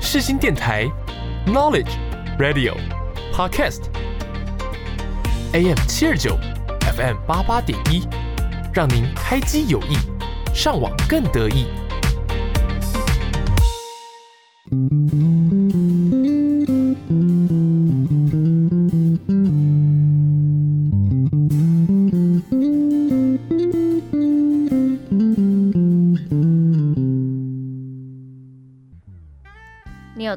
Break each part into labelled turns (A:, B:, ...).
A: 世新电台 Knowledge Radio Podcast AM 七二九 FM 八八点一，让您开机有益，上网更得意。
B: 你有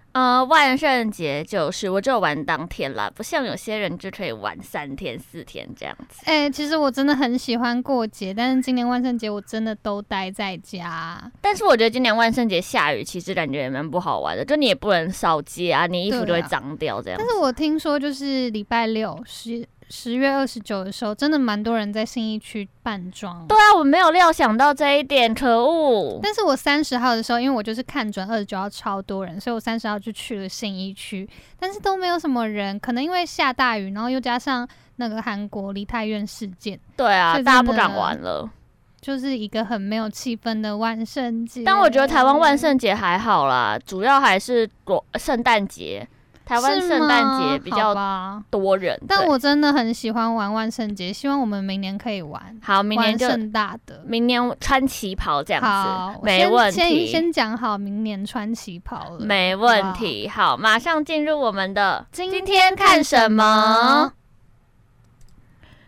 B: 呃，万圣节就是我只有玩当天啦，不像有些人就可以玩三天四天这样子。
C: 哎、其实我真的很喜欢过节，但是今年万圣节我真的都待在家。
B: 但是我觉得今年万圣节下雨，其实感觉也蛮不好玩的，就你也不能扫街啊，你衣服就
C: 对
B: 会
C: 啊
B: 脏掉这样子
C: 但。是我听说，就是礼拜六十十月二十九的时候，真的蛮多人在信义区扮装。
B: 对啊，我没有料想到这一点，可恶！
C: 但是我三十号的时候，因为我就是看准二十九号超多人，所以我三十号就去了信义区，但是都没有什么人，可能因为下大雨，然后又加上那个韩国梨泰院事件，
B: 对啊，
C: 是
B: 大家
C: 真
B: 不敢
C: 的
B: 玩了。
C: 就是一个很没有气氛的万圣节。
B: 但我觉得台湾万圣节还好啦，主要还是国圣诞节，台湾
C: 是
B: 圣诞
C: 吗
B: 节比
C: 好
B: 较
C: 吧。
B: 多人。
C: 但
B: 对
C: 我真的很喜欢玩万圣节，希望我们明年可以玩，
B: 好，明年
C: 玩
B: 就
C: 盛大的。
B: 明年穿旗袍这样
C: 好
B: 子，，没
C: 先
B: 问
C: 先
B: 题，
C: 先讲好，明年穿旗袍了。
B: 没问题。好，马上进入我们的
C: 今
B: 天看什么
C: 么？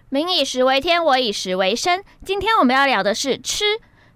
B: 民以食为天，我以食为生。今天我们要聊的是吃。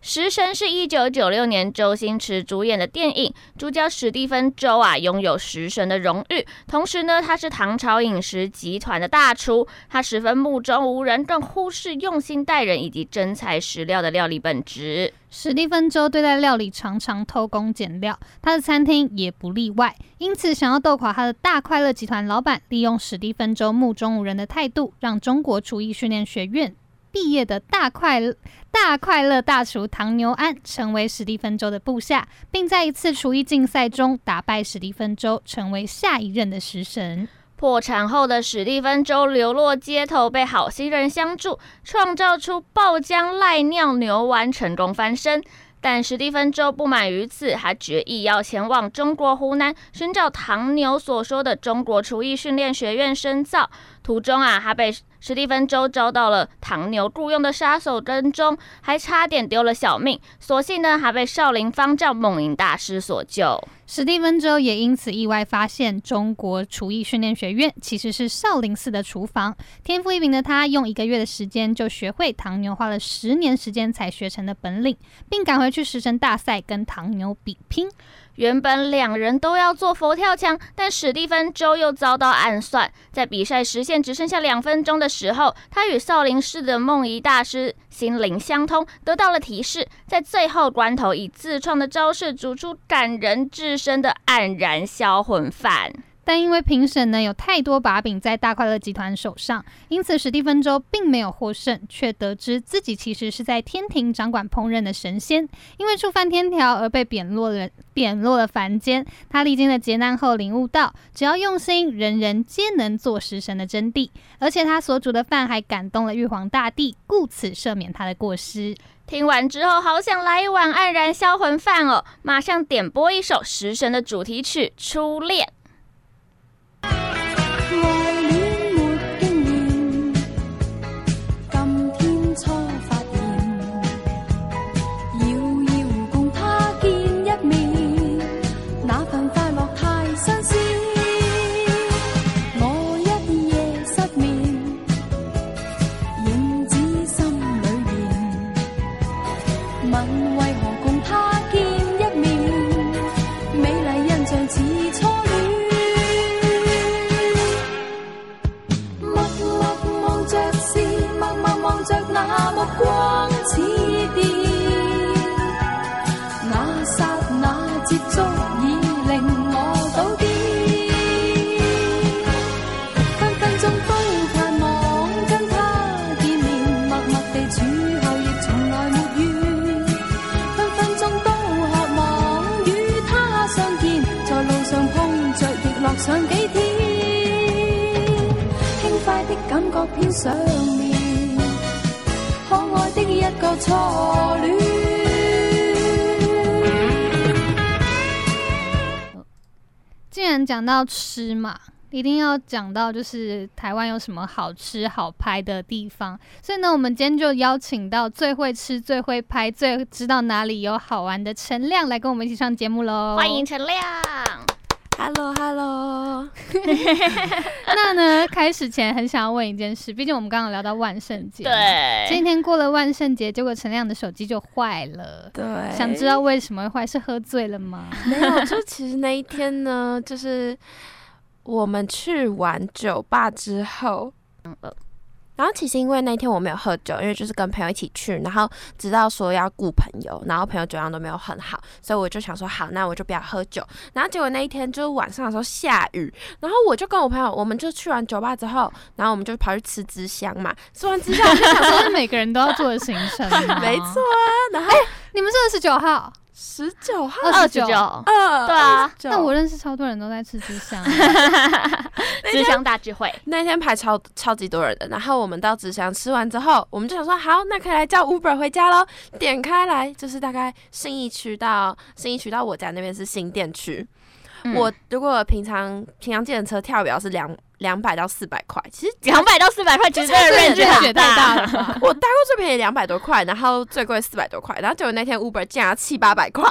B: 《食神》是一九九六年周星驰主演的电影，主角史蒂芬·周啊拥有食神的荣誉，同时呢，他是唐朝饮食集团的大厨，他十分目中无人，更忽视用心待人以及真材实料的料理本质。
C: 史蒂芬周对待料理常常偷工减料，他的餐厅也不例外。因此，想要斗垮他的大快乐集团老板，利用史蒂芬周目中无人的态度，让中国厨艺训练学院毕业的大快大快乐大厨唐牛安成为史蒂芬周的部下，并在一次厨艺竞赛中打败史蒂芬周，成为下一任的食神。
B: 破产后的史蒂芬周流落街头，被好心人相助，创造出爆浆赖尿牛丸，成功翻身。但史蒂芬周不满于此，他决意要前往中国湖南寻找唐牛所说的中国厨艺训练学院深造。途中啊，他被史蒂芬周遭到了唐牛雇佣的杀手跟踪，还差点丢了小命。所幸呢，还被少林方丈梦影大师所救。
C: 史蒂芬周也因此意外发现，中国厨艺训练学院其实是少林寺的厨房。天赋异禀的他，用一个月的时间就学会唐牛花了十年时间才学成的本领，并赶回去食神大赛跟唐牛比拼。
B: 原本两人都要做佛跳墙，但史蒂芬周又遭到暗算。在比赛时限只剩下两分钟的时候，他与少林寺的梦遗大师心灵相通，得到了提示，在最后关头以自创的招式煮出感人至深的黯然销魂饭。哦
C: 但因为评审呢有太多把柄在大快乐集团手上，因此史蒂芬周并没有获胜，却得知自己其实是在天庭掌管烹饪的神仙，因为触犯天条而被贬落了贬落了凡间。他历经了劫难后领悟到，只要用心，人人皆能做食神的真谛。而且他所煮的饭还感动了玉皇大帝，故此赦免他的过失。
B: 听完之后，好想来一碗黯然销魂饭哦！马上点播一首《食神》的主题曲《初恋》。
D: 爱恋没经验，今天初发现，遙遙共他見一面，那份快樂太新鮮。我一夜失眠，影子心裏現，問為何共他見一面，美麗印象似初戀。的感覺偏上面，可愛的一個初戀。
C: 既然讲到吃嘛，一定要讲到就是台湾有什么好吃好拍的地方。所以呢，我们今天就邀请到最会吃、最会拍、最知道哪里有好玩的陈亮来跟我们一起上节目喽。
B: 欢迎陈亮。
D: Hello Hello，
C: 那呢，开始前很想要问一件事，毕竟我们刚刚有聊到万 圣节，，
B: 对，
C: 今天过了万圣节，结果陈亮的手机就坏了。
E: 对，
C: 想知道为什么会坏？是喝醉 了吗？
E: 没有？就其实那一天呢，就是我们去完酒吧之后，然后其实因为那天我没有喝酒，因为就是跟朋友一起去，然后直到说要顾朋友，然后朋友酒量都没有很好，所以我就想说好，那我就不要喝酒。然后结果那一天就是晚上的时候下雨，然后我就跟我朋友，我们就去完酒吧之后，然后我们就跑去吃芝香嘛，吃完芝 香我就想
C: 这
E: 说，
C: 是每个人都要做的行程吗？
E: 没错，啊，然后
C: 你们是二十九号，
E: 十 九号
B: 二十
C: 29
B: 九，
E: 二，
B: 对啊，
E: 29
C: 那我认识超多人都在吃芝香。
B: 智商大智慧，
E: 那天排超超级多人的，然后我们到纸箱吃完之后，我们就想说好，那可以来叫 Uber 回家喽。点开来就是大概信义区到信义区到我家那边是新店区。
B: 嗯
E: 我如果平常平常计程车跳表是两两百到四百块，其实
B: 两百到四百块，其实这
C: 这
B: 个
C: 个也
B: range
C: 太
B: 很
C: 大
B: 大。
C: 了吧？
E: 我搭过最便宜两百多块，然后最贵四百多块，然后结果那天 Uber 竟然要七八百块，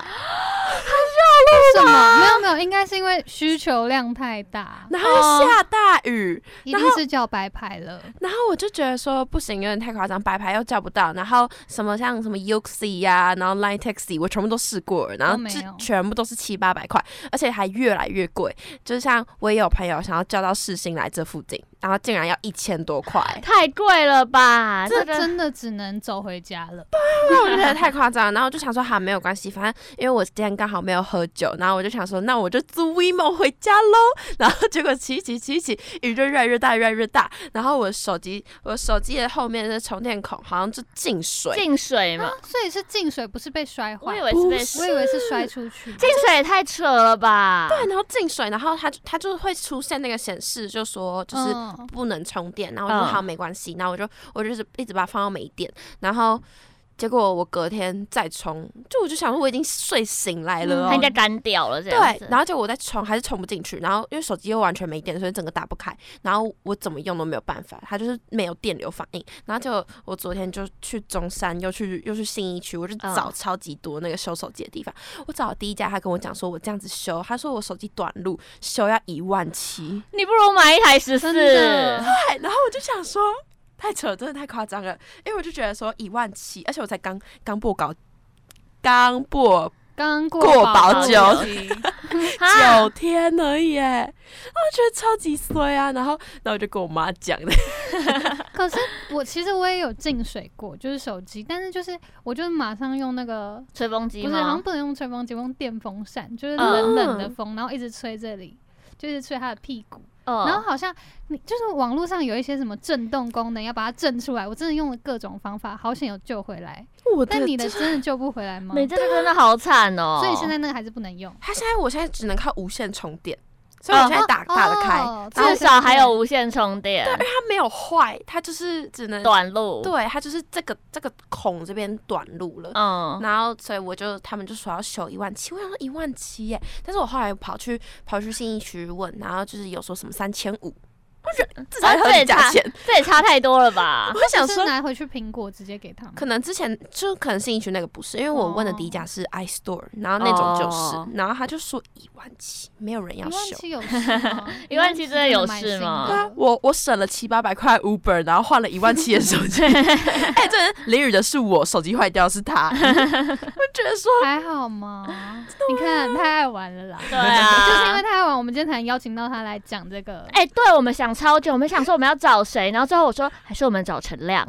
C: 为什么？没有没有，应该是因为需求量太大，
E: 然后又下大雨，
C: 一定是叫白牌了。
E: 然后我就觉得说不行，有点太夸张，白牌又叫不到，然后什么像什么 Uxi 呀、然后 Line Taxi 我全部都试过了，然后
C: 没
E: 这
C: 有
E: 全部都是七八百块，而且还越来越贵。就像我也有朋友想要叫到世新来这附近，然后竟然要一千多块，
B: 太贵了吧？
C: 这
B: 这个
C: 真的只能走回家了。
E: 那啊我就觉得 太夸张。然后我就想说好没有关系，反正因为我今天刚好没有喝酒，然后我就想说那我就租 WeMo 回家喽。 然后结果骑一骑骑一骑，雨就越来越大越来越大，然后我手机我手机的后面的充电孔好像就进水。
B: 进水嘛，
C: 啊所以是进水，不是被摔
B: 我
C: 坏
B: 以。为是被
E: 不是
C: 我以为是摔出去。
B: 进水也太扯了吧？
E: 对，然后进水，然后它就它就会出现那个显示，就说就是
C: 嗯
E: 不能充电，然后我就说
B: 嗯
E: 好没关系，然后我就我就是一直把它放到没电，然后结果我隔天再充，就我就想说我已经睡醒来了、
C: 嗯
E: 哦
B: 它应该干掉了这样
E: 对
B: 子，。
E: 然后结果我再充还是充不进去，然后因为手机又完全没电，所以整个打不开，然后我怎么用都没有办法，它就是没有电流反应。然后就我昨天就去中山，又去又去信义区，我就
B: 嗯
E: 找超级多那个修手机的地方。我找第一家，他跟我讲说我这样子修，他说我手机短路修要一万七，
B: 你不如买一台十四
C: 真，的，
E: 哎，然后我就想说。太扯，真的太夸张了，因为我就觉得说一万七，而且我才刚刚过高，刚过
C: 刚过
E: 过保
C: 保
E: 久
C: 期
B: 哈
E: 九天而已耶，然后我觉得超级衰啊，然后然后我就跟我妈讲的，
C: 可是我其实我也有进水过，就是手机，但是就是我就马上用那个，
B: 吹风机
C: 不是好像
B: 吗？
C: 不能用吹风机，我用电风扇，就是
B: 嗯
C: 冷冷的风，然后一直吹这里，就是吹他的屁股，然后
B: 嗯，
C: 好像你就是网络上有一些什么震动功能，要把它震出来，我真的用了各种方法，好险有救回来，
E: 我的
C: 但你的真的救不回来吗？
B: 你这个真的好惨哦。
C: 所以现在那个还是不能用，
E: 他现在我现在只能靠无线充电，所以我现在打、打得开，
C: 哦
E: 然后
B: 至少还有无线充电，
E: 它没有坏，它就是只能
B: 短路。，
E: 对，它就是这个这个孔这边短路了。
B: 嗯，
E: 然后，所以我就他们就说要修一万七，我想说一万七耶，但是我后来跑去跑去信义区问，然后就是有说什么三千五，我觉得至少
B: 啊
E: 要
B: 这也
E: 有价
B: 差
E: 钱，
B: 这也差太多了 吧
E: 哦我？
C: 就
E: 想
C: 是
E: 说
C: 拿回去苹果直接给他们，
E: 可能之前就可能信义区那个不是，因为我问的第一
C: 哦
E: 家是 iStore，然后那种就是，
B: 哦？
E: 然后他就说一万七，没有人
C: 一
E: 要
C: 万
E: 修。
C: 七有事吗
B: 一万七真的有
C: 买
B: 事
C: 新
B: 吗
C: 的
E: 对啊，我我省了七八百块 Uber，然后换了一万七的手 机。哎、这淋雨的是我，手机坏掉是 他。我觉得说，
C: 还好吗？你看太爱玩了啦，
B: 啊对
C: 就是因为
B: 啊。
C: 太爱玩，我们今天才邀请到他来讲这个。
B: 哎，对，我们想超久，我们想说我们要找谁，然后最后我说还是我们找陈亮，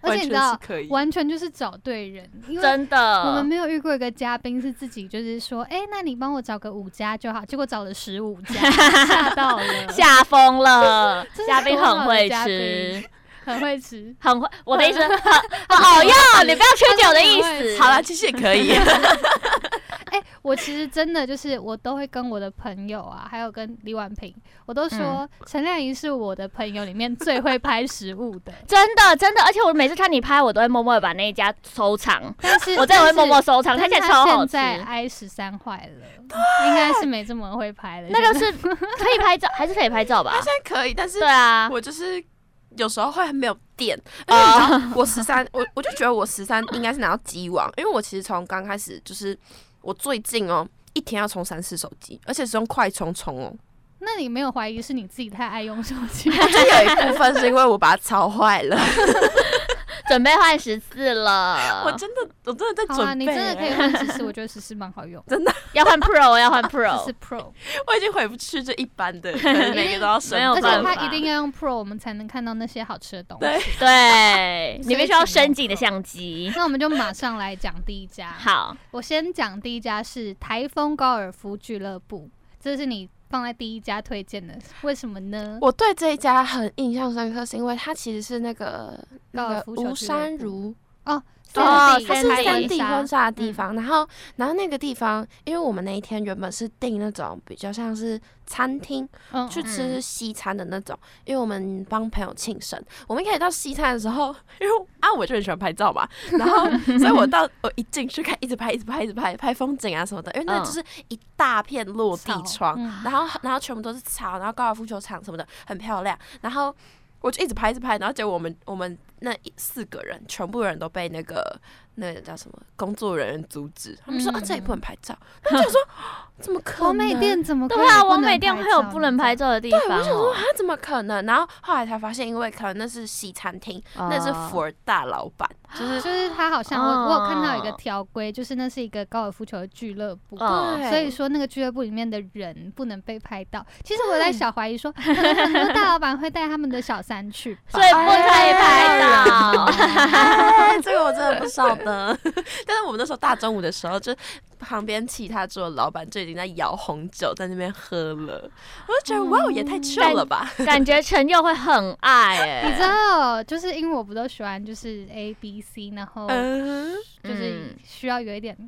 C: 而且你知道
E: 完全是可以，
C: 完全就是找对人，因为
B: 真
C: 我们
B: 的。
C: 没有遇过一个嘉宾是自己就是说，哎、那你帮我找个五家就好，结果找了十五家， 吓到了，
B: 吓疯 了
C: 这是，
B: 嘉宾很会
C: 多好的嘉
B: 吃
C: 宾，很会吃。
B: 很会。我的意思， 很哦哟，你不要吹酒的意
C: 他们很
B: 思。
C: 会
E: 好了，其实也可以。
C: 哎、哎、我其实真的就是我都会跟我的朋友啊，还有跟李婉萍，我都
B: 嗯
C: 说陈亮仪是我的朋友里面最会拍食物 的。
B: 真的真的，而且我每次看你拍，我都会默默地把那一家收藏，
C: 但是
B: 我真的会默默收藏，
C: 但
B: 看
C: 是
B: 起来
C: 他
B: 超好
C: 现
B: 吃。
C: 在 i 十三坏了，应该是没这么会拍了。
B: 那个
C: 现
B: 是可以拍照， 还是可以拍照吧？
E: 现在可以，但是
B: 对啊，
E: 我就是有时候会很没有电，而且你知
C: 哦
E: 道我十三，我我就觉得我十三应该是拿到鸡王，因为我其实从刚开始就是我最近哦。一天要充三次手机，而且是用快充充哦。
C: 在那你没有怀疑是你自己太爱用手 机？
E: 这有一部分是因为我把它操 坏了，
B: 准备换十四了，
E: 我真的，我真的 在
C: 好
E: 准备、欸
C: 啊，你真的可以换十四，我觉得十四蛮好用，
B: 要换 Pro，要换
C: 这是
B: Pro，
C: Pro，
E: 我已经回不去这一般的，可能每个都要 升
B: 没有
C: 而
E: 级
C: 且
B: 办法
C: 它一定要用 Pro，我们才能看到那些好吃的东西。
E: 对
B: 对你必须要
C: 所以只能
B: 升级你的
C: 扣
B: 相机。
C: 那我们就马上来讲第一家。
B: 好，
C: 我先讲第一家是台风高尔夫俱乐部，这是你放在第一家推荐的，为什么呢？
E: 我对这一家很印象深刻，是因为它其实是那个
C: 高
E: 那
C: 尔
E: 个
C: 夫呃球俱
E: 吴
C: 乐
E: 山
C: 部
E: 如，
B: 哦
E: 它
C: 三
E: 是
B: 三 D
E: 三 D
C: 婚纱，
E: 婚纱的地方。然后，然后那个地方，因为我们那一天原本是订那种比较像是餐厅
C: 嗯
E: 去
C: 嗯
E: 吃西餐的那种，因为我们帮朋友庆生，我们一开始到西餐的时候，因为啊我就很喜欢拍照嘛，然 后所以我到我一进去看，一直拍，一直拍，一直拍，拍风景啊什么的，因为那
B: 嗯
E: 就是一大片落地
C: 草
E: 窗，
C: 嗯
E: 然后然后全部都是草，然后高尔夫球场什么的很漂亮，然后我就一直拍一直拍，然后结果我们我们那一四个人全部人都被那个那个叫什么工作人员阻止，他们说、
C: 嗯
E: 啊这里不能拍照， 我就说 怎么可能？
C: 王美店怎么可以
B: 对啊，
C: 不能
B: 完美店
C: 拍
B: 会有
C: 照
B: 不能拍？照的地
E: 我
B: 方
E: 就想说
B: 哦
E: 啊，怎么可能？然后后来才发现，因为可能那是西餐厅，那是
B: 哦
E: for 大老板，
C: 就是就是他好像我
B: 哦
C: 我有看到有一个条规，就是那是一个高尔夫球的俱乐部。
B: 哦
C: 所以说，那个俱乐部里面的人不能被拍到。其实
B: 嗯
C: 我在小怀疑说，可能很多大老板会带他们的小三去吧。
B: 所以不可以拍到。
E: 哎，这个我真的不晓 得。 但是我们那时候大中午的时候，就旁边其他桌的老板就已经在摇红酒，在那边喝了。我就
B: 嗯
E: 觉得、哇，也太 chill 了吧！
B: 感觉陈佑会很爱
C: 你知
B: 哎、
C: 道，就是因为我不都喜欢就是 A B C，然
B: 哦
C: 后
E: 嗯，
C: 就是
B: 嗯
C: 需要有 一点的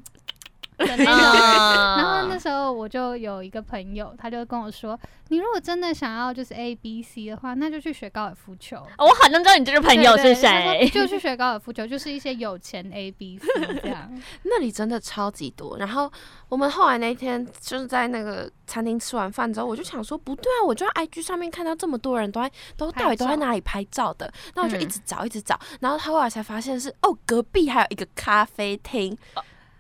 B: 嗯
C: 那种。然后那时候我就有一个朋友，他就跟我说，你如果真的想要就是 A B C 的话，那就去学高尔夫球。
B: 我好像知道你这哦个朋友
C: 对
B: 是
C: 对他说
B: 谁。
C: 就去学高尔夫球，就是一些有钱 A B C 这 样。
E: 那里真的超级多。然后我们后来那天就是在那个餐厅吃完饭之后，我就想说，不对啊，我就在 IG 上面看到这么多人都在都
C: 拍
E: 到底都在
C: 照
E: 哪里拍照的，那我就一
B: 嗯
E: 直找一直找，然后他后来才发现是哦，隔壁还有一个咖啡厅。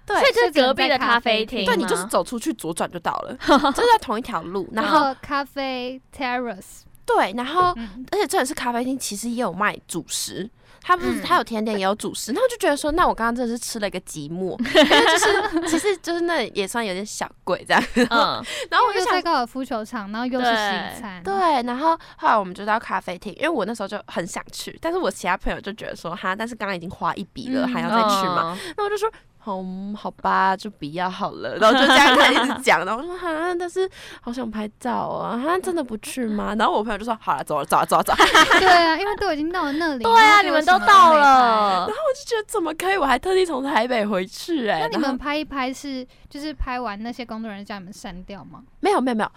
E: 对
B: 所以就是
C: 是
B: 隔壁的
C: 在
B: 咖
C: 咖
B: 啡哦
C: 啡
B: 厅吗，
C: 厅
E: 对你就是走出去左转就到 了，就是在同一条路。然
C: 然
E: 后
C: 后咖啡 terrace，
E: 对，然后
C: 嗯，
E: 而且这里是咖啡厅，其实也有卖主食，它不是
B: 嗯
E: 它有甜点也有主食。那我就觉得说，那我刚刚真的是吃了一个寂寞，因为就是其实就是那也算有点小贵这样。
B: 嗯，
E: 然后我
C: 又
E: 就
C: 在
E: 想。
C: 高尔夫球场，然后又是
B: 对
C: 西餐，
E: 对， 然后后来我们就到咖啡厅，因为我那时候就很想去，但是我其他朋友就觉得说哈，但是刚刚已经花一笔了，
C: 嗯
E: 还要
B: 要
E: 再去嘛。？
B: 哦
E: 那我就说，好、嗯好吧，就不要好了。然后就这样开始一直讲，然后我说哈，但是好想拍照啊，哈，真的不去吗？然后我朋友就说，好了，走了，走了，走了，走了。
C: 对啊，因为都已经到了那里，
B: 对啊，你
C: 然后
B: 们
C: 就
B: 都
C: 什么
B: 到
C: 没拍。
B: 了，
E: 我就觉得怎么可以？我还特地从台北回去哎、
C: 那
E: 欸。
C: 你
E: 然后
C: 们拍一拍是就是拍完那些工作人员叫你们删掉吗？
E: 没有没有没有，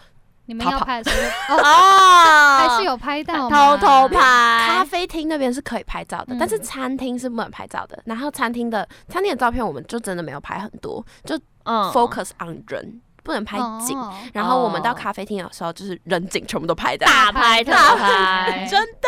C: 你们
E: 逃
C: 要
E: 跑
C: 拍的时候就 哦，
B: 哦，
C: 还是有拍到吗哦
B: 偷偷。
E: 咖
B: 拍，
E: 啡厅那边是可以拍照的，
C: 嗯
E: 但是餐厅是不能拍照的。然后餐厅的餐厅的照片，我们就真的没有拍很多，就
B: 嗯
E: focus on 人，不能拍景。
C: 哦
E: 然后我们到
B: 哦
E: 咖啡厅的时候，就是人景全部都拍的。
B: 大拍特
C: 大
B: 拍，
E: 真的。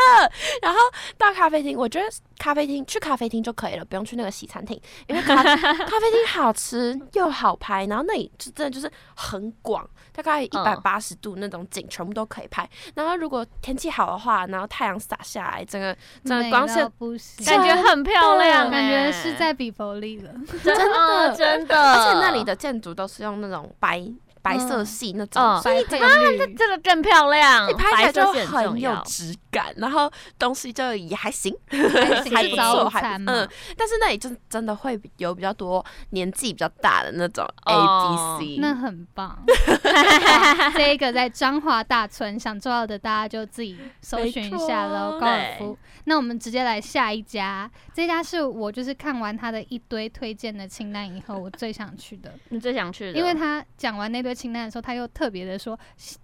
E: 然后到咖啡厅，我觉得咖啡厅去咖啡厅就可以了，不用去那个西餐厅，因 为咖咖啡厅好吃又好拍，然后那里就真的就是很广，大概
B: 嗯
E: 一百八十度那种景全部都可以拍。然后如果天气好的话，然后太阳洒下来，整个整个
C: 美
E: 光
C: 到
E: 线，
C: 不行，
B: 感觉很漂亮欸，
C: 啊感觉是在比佛利了。
B: 真的真的，
E: 而且那里的建筑都是用那种白白色系那种，
B: 嗯
E: 所以
C: 白配绿
B: 这个更漂亮，
E: 你哎拍起来
B: 白色
E: 就
B: 系重
E: 很有
B: 要。
E: 质感，然后东西就也还行，
C: 行
E: 还不错，
C: 早
E: 还
C: 餐
E: 不
C: 嘛
E: 嗯。但是那里就真的会有比较多年纪比较大的那种 A
B: 哦
E: B C，、
C: 那很 棒。哇这个在彰化大村，想做到的大家就自己搜寻一下喽。
E: 没错
C: 高尔夫，那我们直接来下一家，这家是我就是看完他的一堆推荐的清单以后，我最想去的。
B: 你最想去的，
C: 因为他讲完那堆清单的时候，他又特别的说，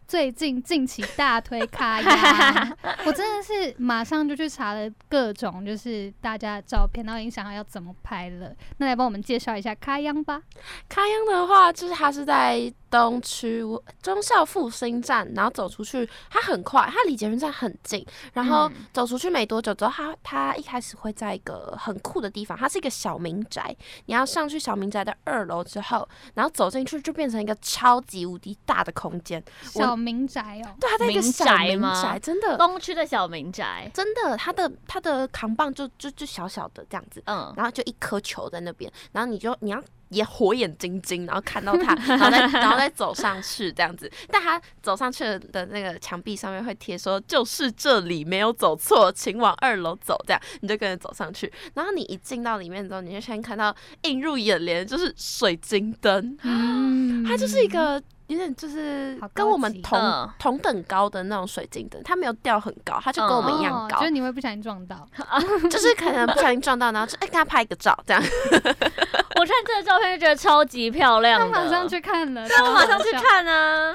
C: 最近近期大推咖呀，我真的是马上就去查了各种就是大家的照片，然后已经想好要怎么拍了。那来帮我们介绍一下咖央吧。
E: 开央的话，就是它是在东区忠孝复兴站，然后走出去，它很快，它离捷运站很近。然后
B: 嗯
E: 走出去没多久之后，它它一开始会在一个很酷的地方，它是一个小民宅。你要上去小民宅的二楼之后，然后走进去就变成一个超级无敌大的空间。我
C: 小民宅哦，
E: 对，它在一个
B: 民
E: 小
B: 宅
E: 民
B: 吗
E: 宅，真的
B: 东区的小民宅，
E: 真的，它的它的扛棒就就就小小的这样子。
B: 嗯，
E: 然后就一颗球在那边，然后你就你要也火眼金睛，然后看到 它，然后再然后再走上去这样子。但他走上去的那个墙壁上面会贴说就是这里，没有走错，请往二楼走。这样你就跟着走上去，然后你一进到里面之后，你就先看到映入眼帘就是水晶灯，
C: 嗯，
E: 它就是一个。有点就是
C: 好高
E: 跟我们
C: 级
E: 同、
B: 嗯
E: 同等高的那种水晶灯，它没有掉很高，它就跟我们一样
C: 哦
E: 高，
C: 就是你会不小心撞到。
E: 就是可能不小心撞到，然后就哎、跟他拍一个照这 样。
B: 我看这个照片就觉得超级漂亮
C: 他
B: 的，
C: 马上去看了，
B: 他
C: 他
B: 马上去，看啊，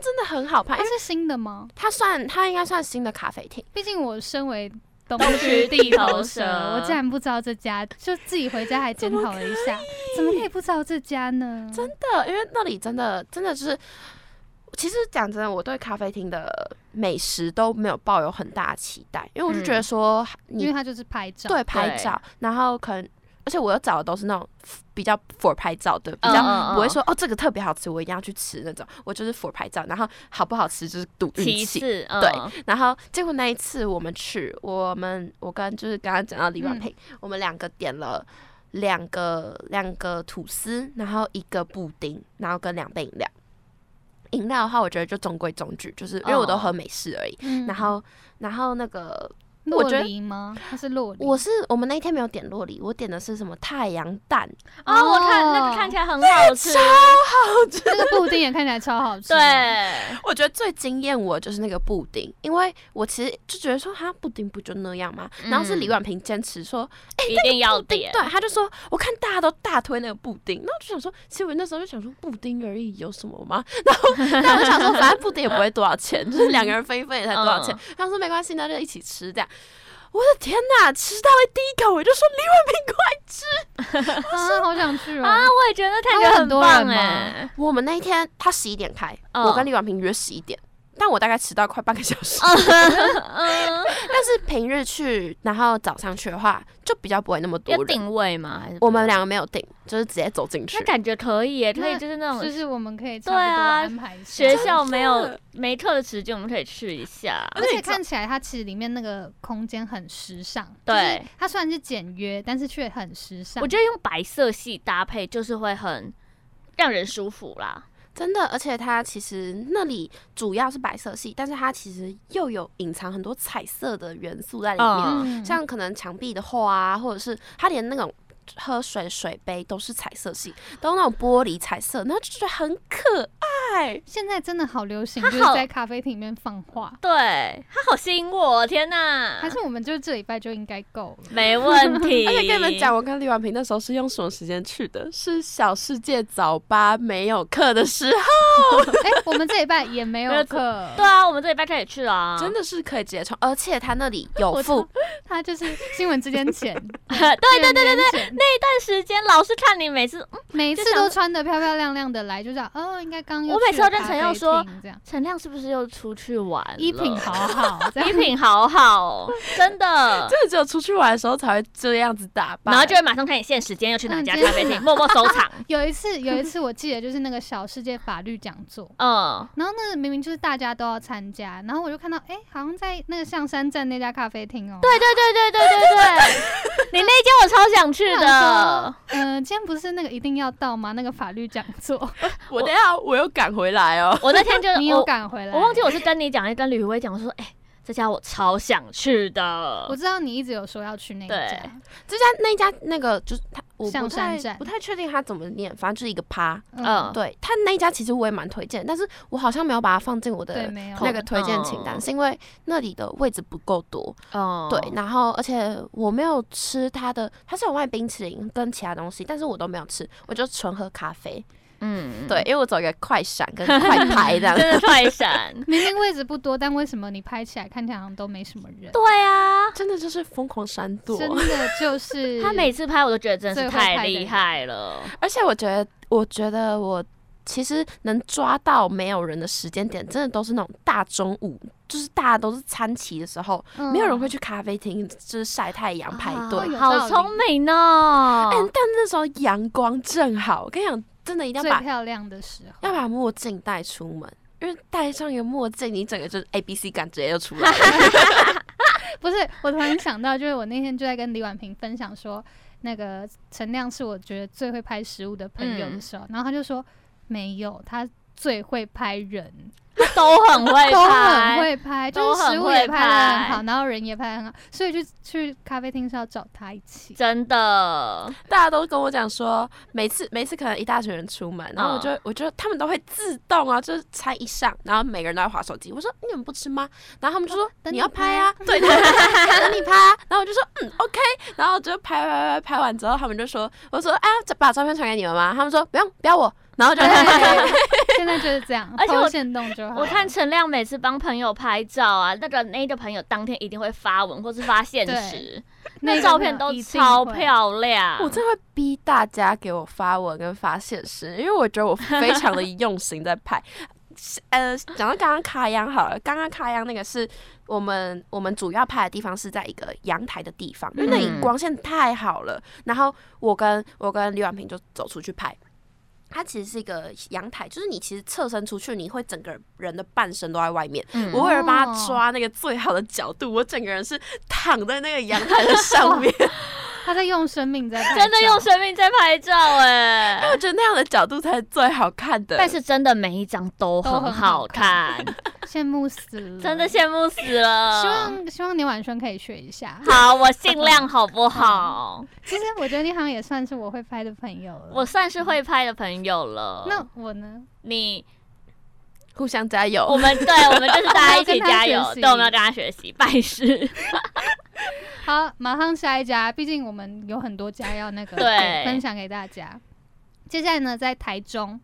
E: 真的很好拍，因
C: 它
E: 为
C: 哎是新的吗？
E: 它算它应该算新的咖啡厅，
C: 毕竟我身为。东
B: 东区地头
C: 蛇，
B: 蛇
C: 我竟然不知道这家，就自己回家还检讨了一下，怎么可以不知道这家呢？
E: 真的，因为那里真的真的就是，其实讲真的，我对咖啡厅的美食都没有抱有很大的期待，因为我就觉得说
C: 因
E: 你
C: 为它就是拍照，
E: 嗯对拍照，然后可能。而且我又找的都是那种比较 for 拍照的，比
B: 嗯
E: 较
B: 嗯嗯
E: 不会说哦这个特别好吃，我一定要去吃那种。我就是 for 拍照，然后好不好吃就是赌运
B: 其
E: 气。
B: 次，嗯
E: 对然后结果那一次我们去，我们我刚就是刚刚讲到李婉佩，我们两个点了两个两个吐司，然后一个布丁，然后跟两杯饮料。饮料的话，我觉得就中规中矩，就是因为我都喝美式而已。
C: 嗯，
E: 然后，然后那个我
C: 洛
E: 觉得
C: 梨吗？它是洛梨，
E: 我是我们那一天没有点洛梨，我点的是什么太阳蛋，
B: 啊，我看那个看起来很好吃，
C: 那个布丁也看起来超好 吃，啊
B: 对，，
E: 我觉得最惊艳我就是那个布丁，因为我其实就觉得说，哈，布丁不就那样吗？然后是李
B: 嗯
E: 婉萍坚持说，
B: 一定要
E: 布丁
B: 点，
E: 对，他就说我看大家都大推那个布丁，那我就想说，其实我那时候就想说布丁而已，有什么 吗？然后，但我想说，反正布丁也不会多少钱，就是两个人分一分也才多少钱
B: 嗯。
E: 他说没关系，那就一起吃这样。我的天哪！吃到第一口我就说李婉平快吃。
C: 啊，好想去
B: 啊，
C: 哦，
B: 我也觉得看起来很
C: 它有
B: 棒
C: 很多人吗
B: 哎，
E: 我们那一天他十一点开，
B: 嗯
E: 我跟李婉平约十一点，但我大概迟到快半个小 时。
B: 嗯，
E: 但是平日去，然后早上去的话，就比较不会那么
B: 有
E: 多人。
B: 定位吗？还是
E: 我们两个没有订，就是直接走进去
B: 那。感觉可以耶，可以
C: 那
B: 就是那
C: 就
B: 种
C: 是我们可以
B: 对
C: 差不多
B: 啊
C: 安排一下
B: 学，校没有没课的时间，我们可以去一下，
C: 而且看起来它其实里面那个空间很时尚，
B: 对，
C: 它虽然是简约，但是却很时尚
B: 我。觉得用白色系搭配就是会很让人舒服啦。
E: 真的，而且它其实那里主要是白色系，但是它其实又有隐藏很多彩色的元素在里面，
B: 嗯
E: 像可能墙壁的画啊，或者是它连那种喝水水杯都是彩色系，都那种玻璃彩色，然后就觉得很可爱。
C: 现在真的好流行，
B: 它
C: 就是
B: 好
C: 在咖啡厅里面放话。
B: 对，它好吸引我，天哪！
C: 还是我们就这礼拜就应该够 了。
B: 没问题。
E: 而且跟你们讲，，我跟李婉平那时候是用什么时间去的？是小世界早八没有课的时候，
C: 哎、我们这礼拜也没
B: 没有
C: 有课，
B: 对啊，我们这礼拜可以去啊，
E: 真的是可以直接冲，而且它那里有
C: 我
E: 附
C: 操他就是新闻之间前，
B: 对对对对对，
C: 对，
B: 那一段时间老师看你每次，嗯
C: 每次
B: 就想
C: 都穿的漂漂亮亮的来，就这样，哦，应该刚又
B: 我每次
C: 去了
B: 都跟
C: 咖
B: 陈佑
C: 啡
B: 说
C: 厅这样，
B: 陈亮是不是又出去玩了？
C: 衣品好 好，这样
B: 衣品好好哦，真的。
E: 真的只有出去玩的时候才会这样子打扮，
B: 然后就会马上看你限时间又去哪
C: 嗯
B: 家
C: 今天
B: 咖啡厅，默默收藏。
C: 有一次，有一次我记得就是那个小世界法律讲座，
B: 嗯，
C: 然后那个明明就是大家都要参加，然后我就看到，哎、好像在那个象山站那家咖啡厅哦、
B: 对对对对对对对，你那间我超想去
C: 我想
B: 的
C: 呃说。，嗯、今天不是那个一定要要到吗？那个法律讲 座，
E: 我等一下我又赶回来哦。
B: 我那天就
C: 你有
B: 我
C: 赶回来？
B: 我忘记我是跟你讲还是跟吕薇讲，我说哎、这家我超想去的
C: 我。知道你一直有说要去那一
B: 对
C: 家，
E: 这家那一家那个就是他，我不
C: 象山
E: 太
C: 站哦
E: 不太确定他怎么念，反正就是一个趴。
B: 嗯，
E: 对他那一家其实我也蛮推荐，但是我好像没有把它放进我
C: 对，
E: 的
C: 没有哦
E: 那个推荐清单，
B: 嗯
E: 是因为那里的位置不够多。
B: 哦
E: 对，然后而且我没有吃它的，它是有卖冰淇淋跟其他东西，但是我都没有吃，我就纯喝咖啡。
B: 嗯，。
E: 对，因为我走一个快闪跟快 拍这样
B: 真的快闪。
C: 明明位置不多，但为什么你拍起来看起来好像都没什么人？
B: 对啊，
E: 真的就是疯狂闪躲，
C: 真的就 是
B: 他每次拍我都觉得真的是
C: 最会拍的
B: 太厉害了。
E: 而且我觉得，我觉得我其实能抓到没有人的时间点，真的都是那种大中午，就是大家都是餐齐的时候，
C: 嗯
E: 没有人会去咖啡厅就是晒太阳排队。
C: 啊有道理
B: 好聪明哦！
E: 哎、但那时候阳光正好，我跟你讲，真的一定
C: 最
E: 要把
C: 漂亮的时候，
E: 要把墨镜戴出门，因为戴上一个墨镜，你整个就是 A B C 感直接就出 来了。
C: 不是我突然想到，就是我那天就在跟李婉萍分享说，那个陈亮是我觉得最会拍食物的朋友的时候，
B: 嗯
C: 然后他就说没有他。最会拍人，
B: 都很会
C: 都很
B: 拍，
C: 会拍，
B: 都
C: 就是
B: 很
C: 食物
B: 会
C: 也拍的
B: 拍
C: 很好，然后人也拍得很好，所以去去咖啡厅是要找他一起。
B: 真的。
E: 大家都跟我讲说，每次每次可能一大群人出门，然后我就、我就他们都会自动啊，就是猜一上，然后每个人都在划手机。我说你们不吃吗？然后他们就说、
C: 等
E: 你
C: 你
E: 要拍啊，对，等你拍啊。然后我就说嗯 OK，然后我就拍拍拍拍完之后，他们就说我说啊，把照片传给你们吗？他们说不用不要我，然后 就
C: 现在就是这样，
B: 而且我
C: 抛线动就好。
B: 我看陈亮每次帮朋友拍照啊，那个那个朋友当天一定会发文或是发现实，那
C: 个
B: 照片
C: 朋
B: 都
C: 友一定
B: 超
C: 会，
B: 漂亮。
E: 我真的会逼大家给我发文跟发现实，因为我觉得我非常的用心在拍。 呃，讲到刚刚卡央好了，刚刚卡央那个是我们我们主要拍的地方是在一个阳台的地方，因为那里
B: 嗯
E: 光线太好了。然后我跟我跟李婉萍就走出去拍，它其实是一个阳台，就是你其实侧身出去，你会整个人的半身都在外面。
B: 嗯
E: 我为了帮
C: 哦
E: 他抓那个最好的角度，我整个人是躺在那个阳台的上面，
C: 他在用生命在拍
B: 真的
C: 照
B: 用生命在拍照 哎、
E: 我觉得那样的角度才是最好看的。
B: 但是真的每一张都很好看，
C: 羡慕死 了，
B: 真的羡慕死了。
C: 希望希望你晚上可以学一下。
B: 好，我尽量好不好？
C: 其实我觉得你好像也算是我会拍的朋友了。
B: 我算是会拍的朋友了。
C: 那我呢？
B: 你
E: 互相加油。
B: 我们对 我们就是大家一起加
C: 我们要跟他
B: 油
C: 学，习
B: 对，我们要跟他学习拜师。
C: 好，马上下一家，毕竟我们有很多家要那个
B: 对
C: 分享给大家。接下来呢，在台中，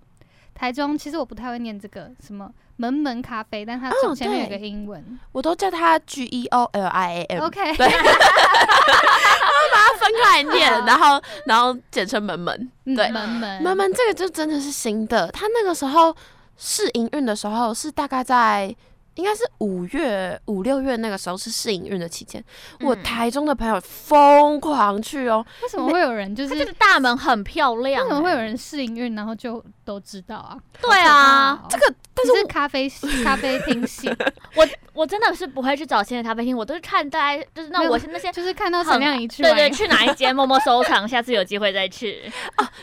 C: 台中其实我不太会念这个什么门门咖啡，但它
E: 哦
C: 中前面有
E: 对
C: 个英文。
E: 我都叫它 G E O L I A M，
C: OK，
E: 对把它分开来念
C: 好，
E: 然后然后简称门门。
C: 嗯
E: 对
C: 门门
E: 门门这个就真的是新的，它那个时候试营运的时候是大概在。应该是五月五六月那个时候是试营运的期间，我
B: 嗯
E: 台中的朋友疯狂去哦，
C: 为什么会有人就
B: 它
C: 是
B: 这个大门很漂亮、
C: 为什么会有人试营运，然后就都知道啊？
B: 哎对啊，
C: 这
E: 个
C: 但是咖啡系咖啡厅系，
B: 我我真的是不会去找新的咖啡厅，我都是看大家就是
C: 没
B: 那
C: 有
B: 我是那些
C: 就是看到
B: 很
C: 陈亮一去
B: 对
C: 玩，
B: 对，去哪一间默默收 藏，下次有机会再去。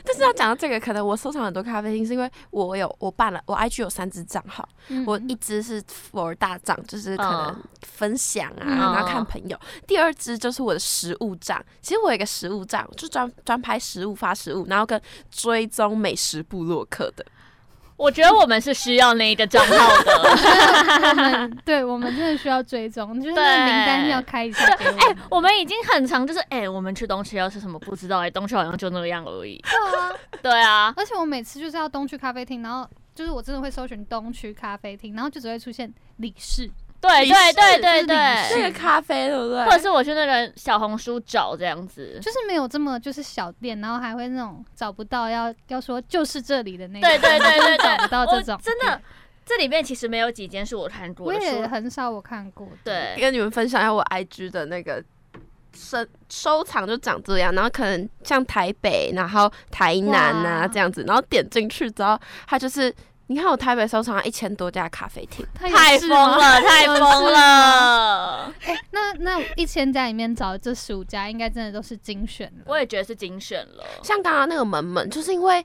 E: 但是要讲到这个，可能我收藏很多咖啡厅，是因为我有我办了，我 IG 有三支账号，
C: 嗯
E: 我一支是 for 大账，就是可能
B: 嗯
E: 分享啊，
C: 嗯
E: 然后看朋友；第二支就是我的食物账，其实我有一个食物账，就专专拍食物发食物，然后跟追踪美食部落客的。
B: 我觉得我们是需要那一个账号 的。
C: 我 们对我们真的需要追踪，就是那个名单要开一下给我们。
B: 哎、我们已经很常就是哎、我们去东区要吃什么不知道哎、东区好像就那样而已。
C: 对啊，
B: 对啊，
C: 而且我每次就是要东区咖啡厅，然后就是我真的会搜寻东区咖啡厅，然后就只会出现李氏。
B: 对啊
E: 你是
B: 对对对
C: 就是
E: 那
B: 对，
E: 个咖啡对不
B: 哎或者
E: 对？
B: 是我去那个小红书找这样子。
C: 就是没有这么就是小店，然后还会那种找不到要要说就是这里的那个，
B: 对对对对对
C: 找不到这种
B: 我，真的，这里面其实没有几间是我看过
C: 我
B: 的
C: 也
B: 书。
C: 很少我看过的。
B: 对，
E: 跟你们分享一下我 IG 的那个。收收藏就长这样，然后可能像台北，然后台南啊
C: 哇
E: 这样子，然后点进去之后，它就是你看我台北收藏一千多家咖啡厅，
C: 他有
B: 太
C: 事
B: 疯
C: 吗
B: 了，太
C: 有事
B: 疯
C: 吗
B: 了。
C: 那那一千家里面找这十五家，应该真的都是精选了。
B: 我也觉得是精选了。
E: 像刚刚那个门门，就是因为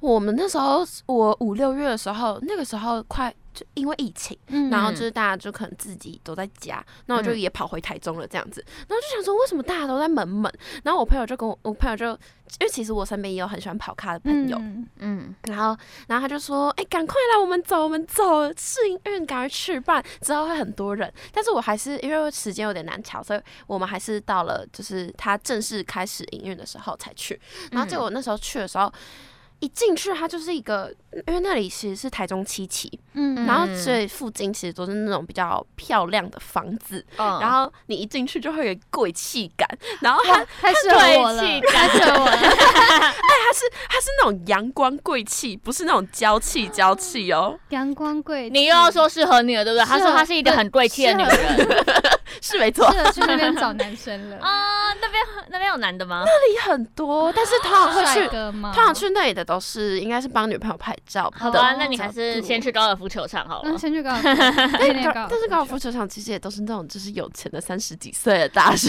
E: 我们那时候我五六月的时候，那个时候快就因为疫情，
C: 嗯
E: 然后就是大家就可能自己都在家，那我就
B: 嗯
E: 也跑回台中了这样子，然后就想说为什么大家都在门门，然后我朋友就跟我，我朋友就因为其实我身边也有很喜欢跑咖的朋友，
C: 嗯
B: 嗯，
E: 然后，然后他就说：“哎、赶快来，我们走，我们走，试营运赶快去，不然之后会很多人。”但是我还是因为时间有点难调，所以我们还是到了就是他正式开始营运的时候才去。然后结
B: 嗯
E: 果那时候去的时候，一进去它就是一个，因为那里其实是台中七期，
C: 嗯
E: 然后
B: 嗯
E: 所以附近其实都是那种比较漂亮的房子，
B: 嗯
E: 然后你一进去就会有一个贵气感，然后它
C: 哇太适合我了，
B: 对气
C: 太适合我了。
E: 它是它是那种阳光贵气，不是那种娇气娇气哦。
C: 阳光贵，
B: 你又要说适合你了，对不对？
C: 是
B: 他
C: 啊
B: 说她是一个很贵气的女人
E: 是没错，哦
C: 适合去那边找男生 了。
B: 啊。那边那边有男的吗？
E: 那里很多，但是通常会
C: 帅
E: 去，
C: 哥吗？
E: 通常去那里的都是应该是帮女朋友拍照的。
B: 好吧，那你还是先去高尔夫球场好
C: 嗯，
B: 了。
C: 先去高 尔夫，先去
E: 高。
C: 高尔夫
E: 但是高尔夫球场其实也都是那种就是有钱的三十几岁的大叔，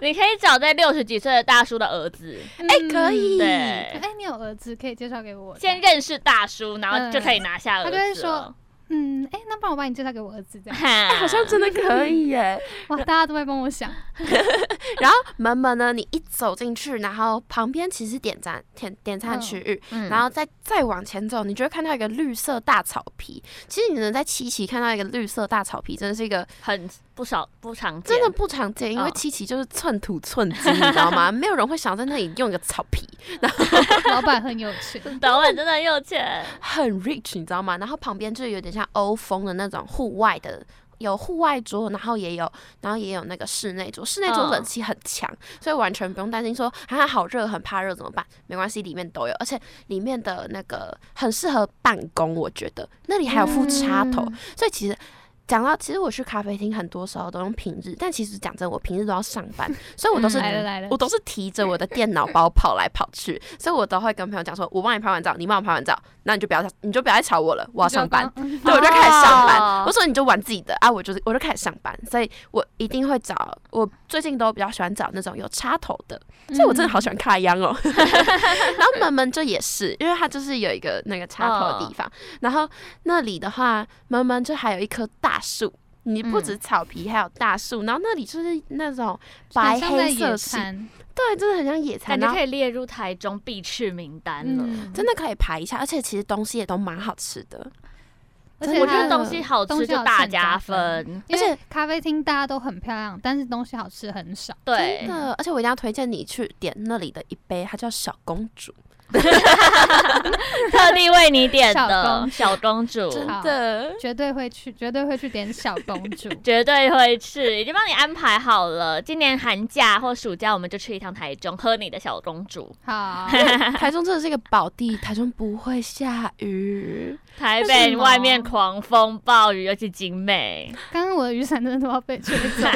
B: 你可以找在六十几岁的大叔的儿子，
E: 哎、可以，
B: 对，
C: 嗯哎，你有儿子可以介绍给我的？
B: 先认识大叔，然后
C: 嗯
B: 就可以拿下儿
C: 他
B: 子
C: 就
B: 了。
C: 会说，嗯，哎，那不然我把你介绍给我儿子这样。
B: 哈，
E: 好像哎真的可以耶。
C: 哇，大家都会帮我想，
E: 然后门门呢，你一走进去，然后旁边其实是点餐点点餐的区域，
B: 嗯
E: 然后再再往前走，你就会看到一个绿色大草皮。其实你能在七期看到一个绿色大草皮，真的是一个
B: 很不少不常见，
E: 真的不常见，因为
B: 嗯
E: 七期就是寸土寸金，你知道吗？ 没有人会想在那里用一个草皮，
C: 老板很有趣。
B: 老板真的很有钱，
C: 嗯
E: 很 rich，你知道吗？然后旁边就是有点像欧风的那种户外的。有户外桌，然后也有，然后也有那个室内桌，室内桌
B: 嗯
E: 冷气很强，所以完全不用担心说啊好热，很怕热怎么办？没关系，里面都有，而且里面的那个很适合办公，我觉得那 里还有附插头，
C: 嗯
E: 所以其实讲到，其实我去咖啡厅很多时候都用平日，但其实讲真，我平日都要上 班，所以我都是
C: 嗯来了来了
E: 我，都是提着我的电脑包跑来跑去，所以我都会跟朋友讲说，我帮你拍完照，你帮我拍完照，那你就不要你就不要再吵我了，我要 上班。
C: 你就
E: 对，我就开始上班。
B: 哦
E: 我说你就玩自己的啊，我就是我就开始上班，所以我一定会找。我最近都比较喜欢找那种有插头的，
C: 帮，
E: 所以我真的好
C: 嗯
E: 喜欢卡央 哦。然后门门就也是，因为它就是有一个那个插头
C: 哦
E: 的地方，然后那里的话，门门就还有一棵大树。你不
C: 嗯
E: 止草皮，还有大树，然后那里就是那种白
C: 很像在
E: 黑色
C: 野
E: 系，
C: 餐，
E: 对，真的很像野
B: 感
E: 餐，
B: 觉
E: 然后
B: 可以列入台中必去名单了。
C: 嗯
E: 真的可以排一下，而且其实东西也都蛮好吃的，
C: 而
E: 真
C: 且
E: 的
B: 我
C: 它
B: 觉
E: 它
B: 得
E: 的
B: 东西好
C: 啊东
B: 吃
C: 西
B: 就
C: 好
B: 大
C: 吃
B: 加
C: 加
B: 分，，
C: 因
E: 而
C: 为咖啡厅大家都很漂亮，但是东西好吃很少。
B: 对
E: 真，的，而且我一定要推荐你去点那里的一杯，它叫小公主，
B: 特地为你点
C: 小
B: 的
C: 公
B: 小公主，
E: 真
C: 好
E: 的，
C: 绝对会去，绝对会去点小公主。
B: 绝对会去，已经帮你安排好了。今年寒假或暑假，我们就去一趟台中，喝你的小公主。
C: 好，
E: 台中真的是一个宝地，台中不会下雨，
B: 台
C: 为什
B: 北
C: 么
B: 外面狂风暴雨，尤其景 美。
C: 刚刚我的雨伞真的都要被吹走，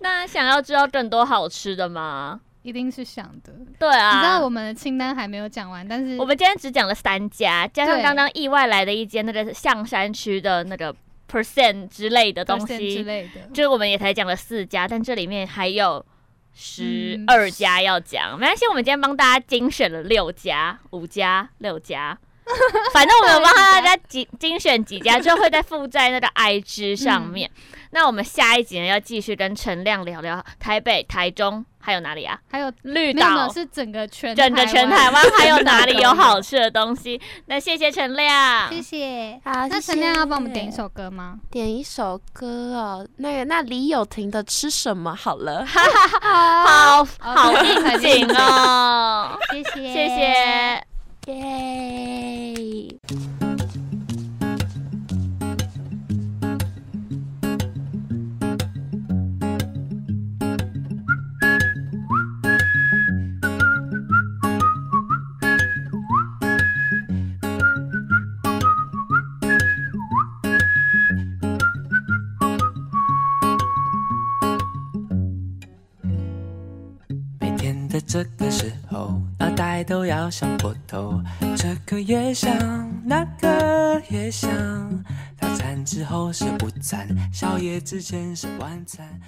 B: 那想要知道更多好吃的吗？
C: 一定是想的。
B: 对啊，
C: 你知道我们的清单还没有讲完，但是
B: 我们今天只讲了三家，加上
C: 嗯对
B: 刚刚意外来的一间那个象山区的那个 percent 之类的东
C: percent 之
B: 西，
C: 类的。
B: 就是我们也才讲了四家，但这里面还有十
C: 嗯
B: 二家要讲。没关系，我们今天帮大家精选了六家、五家、六 家。反正我们有帮大家精精选几家，就会再附在那个
C: 嗯
B: IG 上面。那我们下一集呢，要继续跟陈亮聊聊台北、台中，还有哪里啊？
C: 还有
B: 绿
C: 没有没
B: 岛
C: 有、是整个全
B: 整个全台
C: 湾，
B: 湾还有哪里有 好吃的东西？那谢谢陈亮，
C: 谢谢。
E: 好，
C: 那
E: 谢
C: 陈亮要帮我们
E: 谢
C: 点一首歌吗？
E: 点一首歌哦，那个那李友廷的《吃什么》好了，
B: 好
C: 哦
B: 好应景哦，
C: 谢谢
B: 谢谢。
E: 耶！
F: 每天的这个时候，脑袋都要想破头，这个也想，那个也想。早餐之后是午餐，宵夜之前是晚餐。